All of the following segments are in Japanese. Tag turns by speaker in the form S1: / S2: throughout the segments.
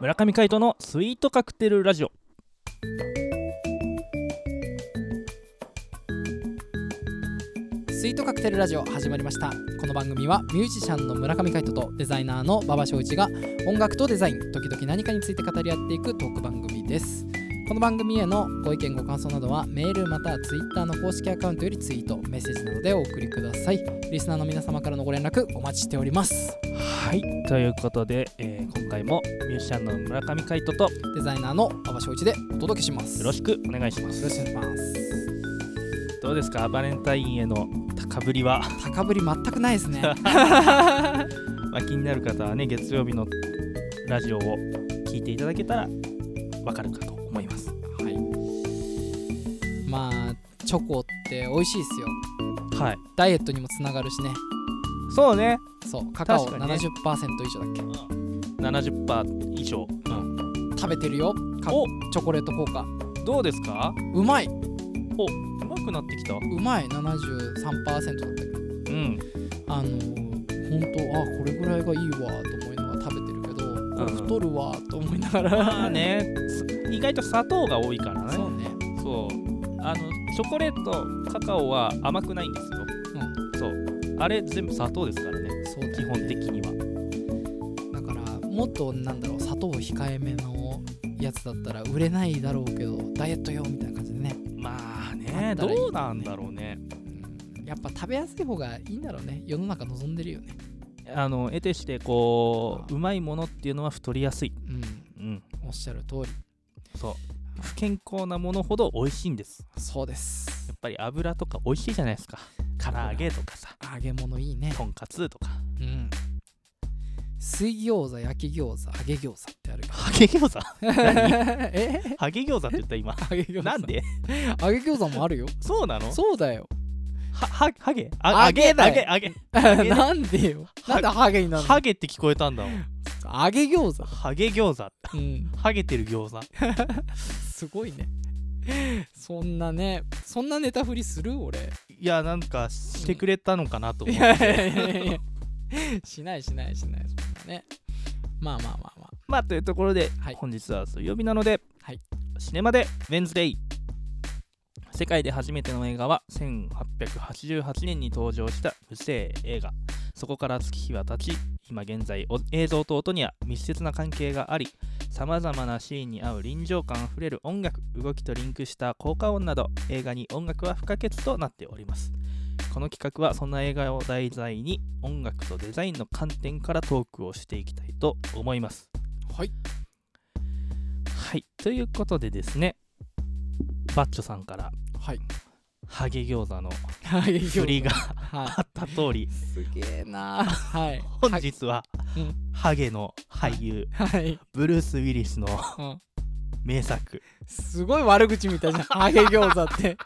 S1: 村上海人のスイートカクテルラジオ
S2: スイートカクテルラジオ始まりましたこの番組はミュージシャンの村上海人とデザイナーの馬場翔一が音楽とデザイン時々何かについて語り合っていくトーク番組ですこの番組へのご意見ご感想などはメールまたはツイッターの公式アカウントよりツイートメッセージなどでお送りくださいリスナーの皆様からのご連絡お待ちしております
S1: はいということで、えー今回もミュージシャンの村上海人とよ
S2: デザイナーの馬場翔一でお届けします
S1: ろしくお願いします
S2: よろしくお願いし
S1: どうですかバレンタインへの高ぶりは、
S2: ます高ぶり全くない ですね
S1: まあ、気になる方はね月曜日のラジオを聞いていただけたらわかるかと思います
S2: はい。まあチョコって美味しいですよ。
S1: はい
S2: ダイエットにもつながるしね。
S1: そうね
S2: そうカカオ
S1: 確かにね
S2: 70%以上だっけ。
S1: 70%以上、
S2: 食べてるよ。カ
S1: お
S2: チョコレート効果。
S1: どうですか
S2: うまい。
S1: うまくなってきた
S2: うまい。73%だったっけ。
S1: うん
S2: あのー、本当あこれぐらいがいいわと思いながら食べてるけど、これ
S1: うん
S2: 太るわと思いながら。
S1: まあねす意外と砂糖が多いからね
S2: そうね。
S1: そうあのチョコレートカカオは甘くないんですよ
S2: うん。
S1: そうあれ全部砂糖ですからね
S2: そうだよね
S1: 基本的には
S2: だからもっとなんだろう砂糖控えめのやつだったら売れないだろうけどダイエット用みたいな感じでね。
S1: まあ
S2: あ
S1: ね
S2: ったらいい
S1: どうなんだろうね
S2: うんやっぱ食べやすい方がいいんだろうね世の中望んでるよね
S1: あの得てしてこううまいものっていうのは太りやすい
S2: うん
S1: うん
S2: おっしゃる通り
S1: そう不健康なものほど美味しいんです
S2: そうです
S1: やっぱり油とか美味しいじゃないですか唐揚げとかさ
S2: 揚げ物いいね
S1: とんかつとか
S2: うん水餃子焼き餃子揚げ餃子ってあ るよ
S1: 揚げ餃 子
S2: え
S1: 揚げ餃子って言った今
S2: 揚げ餃子
S1: なんで
S2: 揚げ餃子もあるよ
S1: そうなの
S2: そうだよ
S1: ははハゲ
S2: あ
S1: あ揚げ
S2: 揚げだ
S1: 揚
S2: よ
S1: げ揚げげ
S2: なんでよなんでハゲになるの
S1: ハゲって聞こえたんだもん
S2: 揚げ餃子
S1: ハゲ餃子
S2: うん
S1: ハゲてる餃子
S2: すごいねそんなねそんなネタ振りする俺
S1: いやなんかしてくれたのかなと思
S2: い
S1: って
S2: やいやいやいやしないしないしないそんなねまあまあまあまあ
S1: まあというところで、
S2: はい
S1: 本日は水曜日なので、
S2: はい
S1: シネマでウェンズデイ世界で初めての映画は1888年に登場した無声映画そこから月日は経ち今現在お映像と音には密接な関係がありさまざまなシーンに合う臨場感あふれる音楽動きとリンクした効果音など映画に音楽は不可欠となっておりますこの企画はそんな映画を題材に音楽とデザインの観点からトークをしていきたいと思います
S2: はい
S1: はい、ということでですね、バッチョさんから
S2: はい
S1: ハゲ餃子の
S2: はい
S1: 振りがあ
S2: は
S1: った通り
S2: い、すげえなはい
S1: 本日は
S2: うん
S1: ハゲの俳優、
S2: はい、
S1: ブルース・ウィリスの
S2: うん、
S1: 名作、
S2: すごい悪口みた いじゃんハゲ餃子って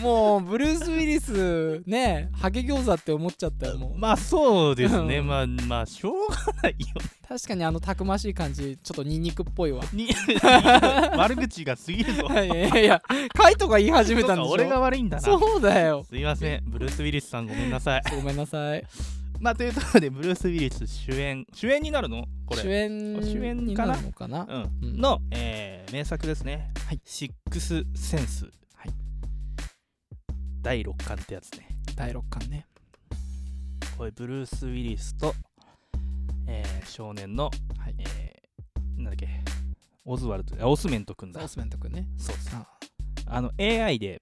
S2: もうブルース・ウィリスねハゲ餃子って思っちゃったよもう、
S1: まあそうですね、
S2: うん
S1: まあまあしょうがないよ
S2: 確かにあのたくましい感じちょっとニンニクっ ぽいわ
S1: に 悪口が過ぎるぞ。
S2: いやいやいやカイトが言い始めたんで
S1: そう
S2: しょ
S1: か俺が悪いんだな。す
S2: そうだよ
S1: いません、ブルース・ウィリスさんごめんなさい。
S2: ごめんなさい
S1: まあというところで、ブルース・ウィリス主演、主演になるのこれ。
S2: 主演
S1: 主演
S2: に
S1: かな
S2: なるのかな
S1: う、
S2: うんん
S1: の、えー名作ですね、
S2: はい
S1: シックスセンス、
S2: はい
S1: 第6巻ってやつね
S2: 第6巻ね
S1: これブルース・ウィリスと、えー少年の、
S2: はい
S1: えーなんだっけオズワルドあオスメント君だ
S2: オスメントくんね
S1: そうです
S2: あ
S1: あの AI で、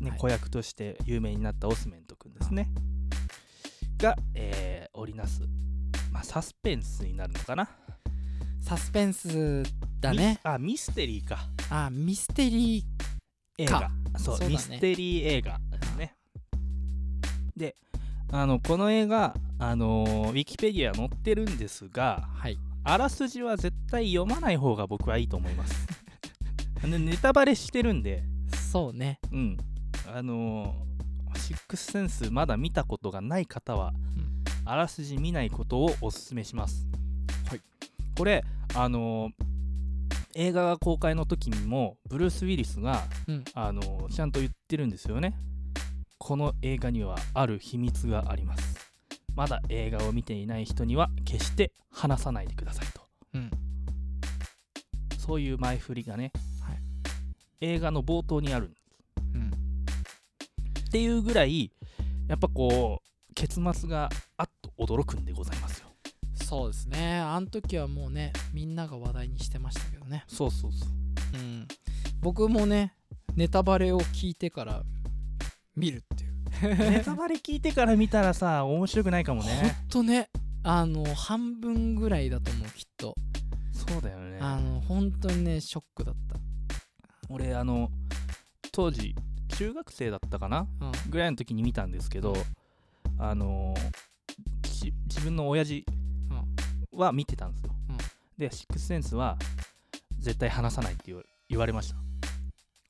S1: ね
S2: はい
S1: 子役として有名になったオスメント君ですねが、えー織りなす、まあ、サスペンスになるのかな
S2: サスペンスだね
S1: ミあミステリーか
S2: あミステリー
S1: 映
S2: か
S1: 画そう
S2: そうだね
S1: ミステリー映画ですねであのこの映画あのウィキペディア載ってるんですが
S2: はい
S1: あらすじは絶対読まない方が僕はいいと思います でネタバレしてるんで
S2: そうね
S1: うんあのシックスセンスまだ見たことがない方は、
S2: ん
S1: あらすじ見ないことをお勧めします
S2: はい
S1: これあの映画が公開の時にもブルース・ウィリスが
S2: うん
S1: あのちゃんと言ってるんですよねこの映画にはある秘密がありますまだ映画を見ていない人には決して話さないでくださいと
S2: うん
S1: そういう前振りがね、
S2: はい
S1: 映画の冒頭にある
S2: うん
S1: っていうぐらいやっぱこう結末があっと驚くんでございますよ
S2: そうですねあの時はもうねみんなが話題にしてましたけどね
S1: そうそうそう
S2: うん僕もねネタバレを聞いてから見るっていう
S1: ネタバレ聞いてから見たらさ面白くないかも
S2: ほん
S1: ね
S2: とねあの半分ぐらいだと思うきっと
S1: そうだよね
S2: あの本当にねショックだっ
S1: 俺あの当時中学生だったかな
S2: た、うん、
S1: ぐらいの時に見たんですけどあのじ自分の親父は見てたんですよ、
S2: うん
S1: で「シックスセンス」は絶対話さないって言わ言われました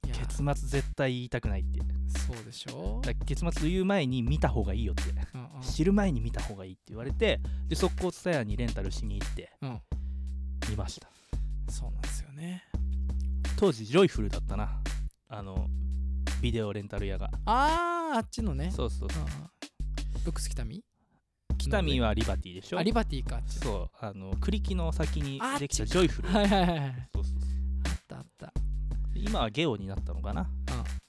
S2: いや
S1: 結末絶対言いたくないってだか
S2: そうでしょ、
S1: ら結末言う前に見た方がいいよって
S2: うんうん
S1: 知る前に見た方がいいって言われてで速攻ツタヤにレンタルしに行って
S2: うん、
S1: 見ました
S2: そうなんですよね
S1: 当時ジョイフルだったなあのビデオレンタル屋が
S2: あーあっちのね
S1: そうそう
S2: うんうんブックス北見
S1: 北見はリバティでしょ
S2: あリバティかあっちの
S1: そうあの栗木の先に
S2: あ
S1: できた
S2: 違う
S1: ジョイフル
S2: はいはいはいはいあっ
S1: そうそうそ
S2: たあった
S1: うで今はゲオになったのかな、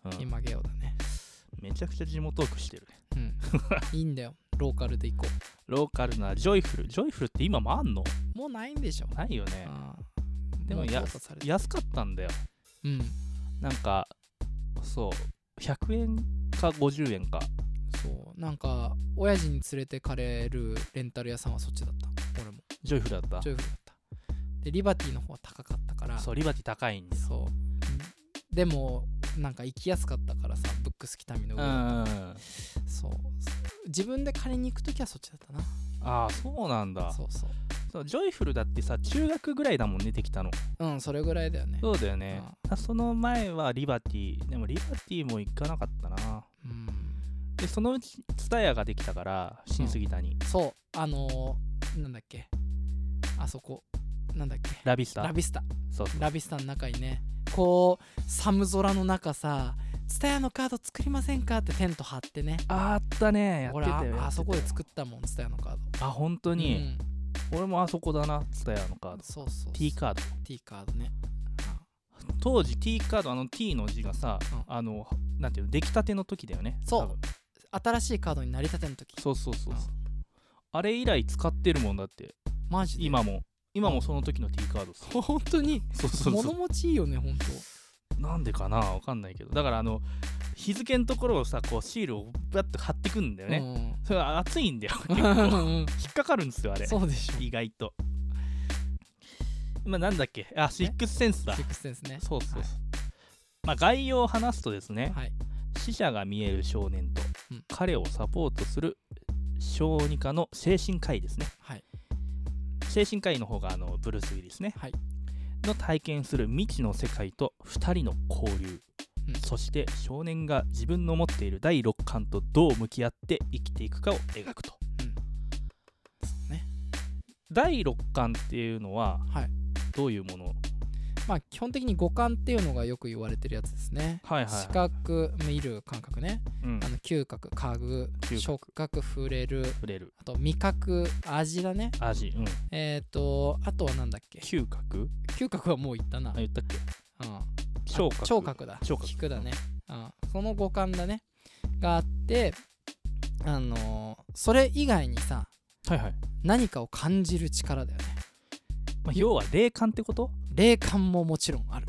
S1: うん
S2: 今ゲオだね
S1: めちゃくちゃ地元トークしてるね
S2: うんいいんだよローカルで行こ
S1: ローカルなジョイフルジョイフルって今もあんの
S2: うもうないんでしょ
S1: ないよね
S2: うん
S1: でも
S2: う淘
S1: や
S2: 汰されて
S1: 安かったんだよ
S2: うん
S1: なんかそう100円か50円か
S2: そうなんか親父に連れてかれるレンタル屋さんはそっちだった俺も
S1: ジョイフルだった
S2: ジョイフルだったでリバティの方は高かったから
S1: そうリバティ高いんだよ
S2: そうでもなんか行きやすかったからさブックス北見の
S1: う
S2: 上
S1: ん
S2: だっ
S1: うんうん
S2: たそう自分で借りに行く時はそっちだったな
S1: ああそうなんだ
S2: そうそう
S1: そうジョイフルだってさ中学ぐらいだもんねできたの
S2: うんそれぐらいだよね
S1: そうだよね、あその前はリバティでもリバティも行かなかったな
S2: うん
S1: でそのうちツタヤができたから新杉谷、
S2: そうあのー、なんだっけあそこなんだっけ
S1: ラビスタ
S2: ラビスタ
S1: そうそう
S2: ラビスタの中にねこう寒空の中さ「ツタヤのカード作りませんか?」ってテント張ってね
S1: ああったねやって
S2: 俺
S1: たよやってたよ
S2: ああそこで作ったもんツタヤのカード
S1: あ本当に、俺もあそこだなツタヤのカー
S2: うん
S1: ド
S2: そうそう
S1: T
S2: ー
S1: カード
S2: ド T カードね
S1: 当時 T カードあの T の字がさ、
S2: うん
S1: あのなんていうの出来たての時だよね
S2: そう
S1: 多分
S2: 新しいカードになりたての時
S1: そうそうそうそう、
S2: うん
S1: あれ以来使ってるもんだって
S2: マジで
S1: 今も今もその時の T カードさ
S2: 本当に
S1: そうそうそう
S2: 物持ちいいよね本当
S1: なんでかなわかんないけどだからあの日付のところをさこうシールをバッと貼ってくんだよね、それが熱いんだよ
S2: う
S1: 結
S2: ん
S1: 構
S2: うんうん
S1: 引っかかるんですよあれ
S2: そうでしょ
S1: 意外とまあなんだっけあシックスセンスだ
S2: シックスセンスね
S1: そうそうそう、
S2: はい
S1: まあ概要を話すとですね、
S2: はい
S1: 死者が見える少年と、
S2: うん
S1: 彼をサポートする小児科の精神科医ですね
S2: はい
S1: 精神科医の方があのブルース・ウィリスね、
S2: はい
S1: の体験する未知の世界と2人の交流、
S2: うん
S1: そして少年が自分の持っている第六感とどう向き合って生きていくかを描くと
S2: そうね
S1: 第六感っていうのは
S2: はい
S1: どういうもの
S2: まあ基本的に五感っていうのがよく言われてるやつですね
S1: はい
S2: 視覚見る感覚ね
S1: うん
S2: あ、の嗅覚嗅ぐ
S1: 嗅覚
S2: 触覚触れる
S1: 触れる
S2: あと味覚味だね
S1: 味、うん、
S2: えっ、とあとはなんだっけ
S1: 嗅覚
S2: 嗅覚はもう言ったな、
S1: あ言ったっけ
S2: うん
S1: 聴覚
S2: 聴覚だ
S1: 聴覚
S2: 聞くだね、うん、その五感だねがあってあのーそれ以外にさ
S1: はいはい、
S2: 何かを感じる力だよね
S1: まあ、要は霊感ってこと
S2: 霊感ももちろんある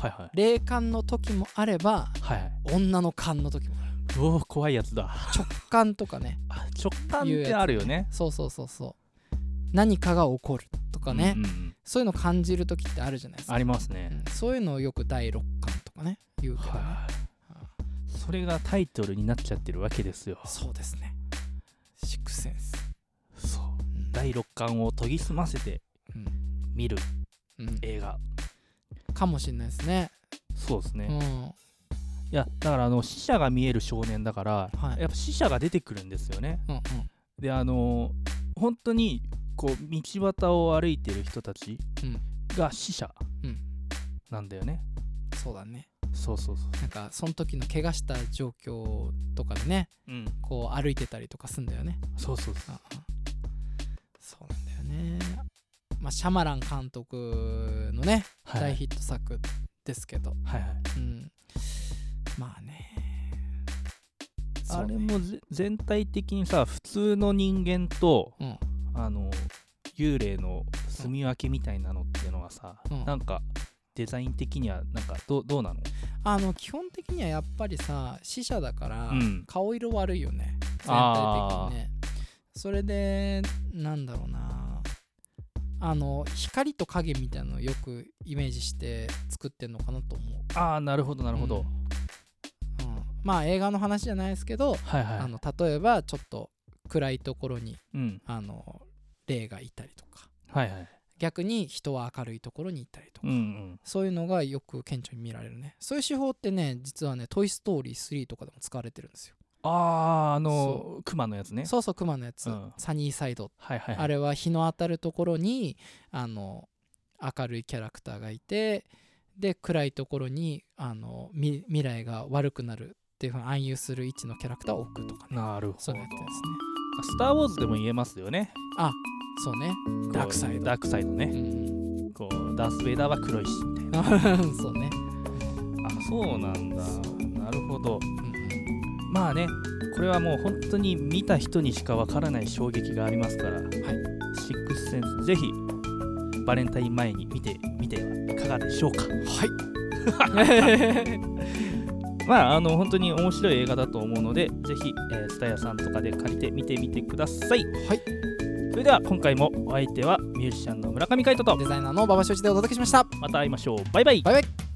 S1: はいはい
S2: 霊感の時もあれば
S1: はいはい
S2: 女の感の 時もある
S1: うおー怖いやつだ
S2: 直感とかね
S1: あ直感ってあるよね
S2: そうそうそうそう何かが起こるとかね、
S1: うんうんうん
S2: そういうの感じる時ってあるじゃないですか
S1: あります
S2: う
S1: ね、
S2: んそういうのをよく第六感とかね言うけどね、
S1: はいそれがタイトルになっちゃってるわけですよ
S2: そうですねシックスセンス、
S1: そう
S2: うん
S1: 第六感を研ぎ澄ませて
S2: うん
S1: 見る
S2: うん
S1: 映画
S2: かもしれないですね
S1: そうですね、
S2: う
S1: い
S2: ん
S1: やだからあの死者が見える少年だから、
S2: はい
S1: やっぱ死者が出てくるんですよね
S2: うんうん
S1: であの本当にこう道端を歩いてる人たち
S2: うん
S1: が死者
S2: うん
S1: なんだよね、
S2: そうだね
S1: そうそうそ
S2: なんかその時の怪我した状況とかでね
S1: ううん
S2: こう歩いてたりとかすんだよね
S1: そうそうそう
S2: あそうなんだよねまあシャマラン監督のね
S1: はい
S2: 大ヒット作ですけど、
S1: はいはい
S2: うんまあね
S1: あれ
S2: そうね
S1: もぜ全体的にさ普通の人間と
S2: うん
S1: あの幽霊の住み分けみたいなのっていうのはさ、
S2: うん
S1: なんかデザイン的にはなんかどうどうなの
S2: あの基本的にはやっぱりさ死者だから、
S1: うん
S2: 顔色悪いよね全体
S1: あー
S2: 的にねそれでなんだろうなあの光と影みたいなのをよくイメージして作ってんのかなと思う
S1: ああなるほどなるほど、
S2: うんうんまあ映画の話じゃないですけど、
S1: はいはい
S2: あの例えばちょっと暗いところに
S1: うん
S2: あの霊がいたりとか
S1: はいはい
S2: 逆に人は明るいところにいたりと
S1: うん
S2: か、
S1: うん
S2: そういうのがよく顕著に見られるねそういう手法ってね実はね「トイ・ストーリー3」とかでも使われてるんですよ
S1: あああ
S2: そ
S1: の熊のやつね
S2: そうそう熊のやつ、
S1: うん
S2: サニーサイド、
S1: はいはい
S2: あれは日の当たるところにあの明るいキャラクターがいてで暗いところにあのみ未来が悪くなるっていうふうに暗喩する位置のキャラクターを置くとかね
S1: なるほど
S2: そういうやつですね
S1: スター・ウォーズでも言えますよね
S2: そう
S1: こ
S2: ね
S1: う
S2: ダークサイド
S1: ダークサイド
S2: う
S1: ね
S2: ん
S1: こうダース・ベイダーは黒いしみたいな
S2: そうね、
S1: あそうなんだなるほど
S2: うん
S1: まあねこれはもう本当に見た人にしかわからない衝撃がありますから、はい、シックスセンスぜひバレンタイン前に見てみてはいかがでしょうか
S2: はい
S1: まああの本当に面白い映画だと思うのでぜひ、えー、スタヤさんとかで借りて見てみてください
S2: はい
S1: それでは今回もお相手はミュージシャンの村上海人と
S2: デザイナーの馬場所一でお届けしました
S1: また会いましょうバイバイ
S2: バイバイ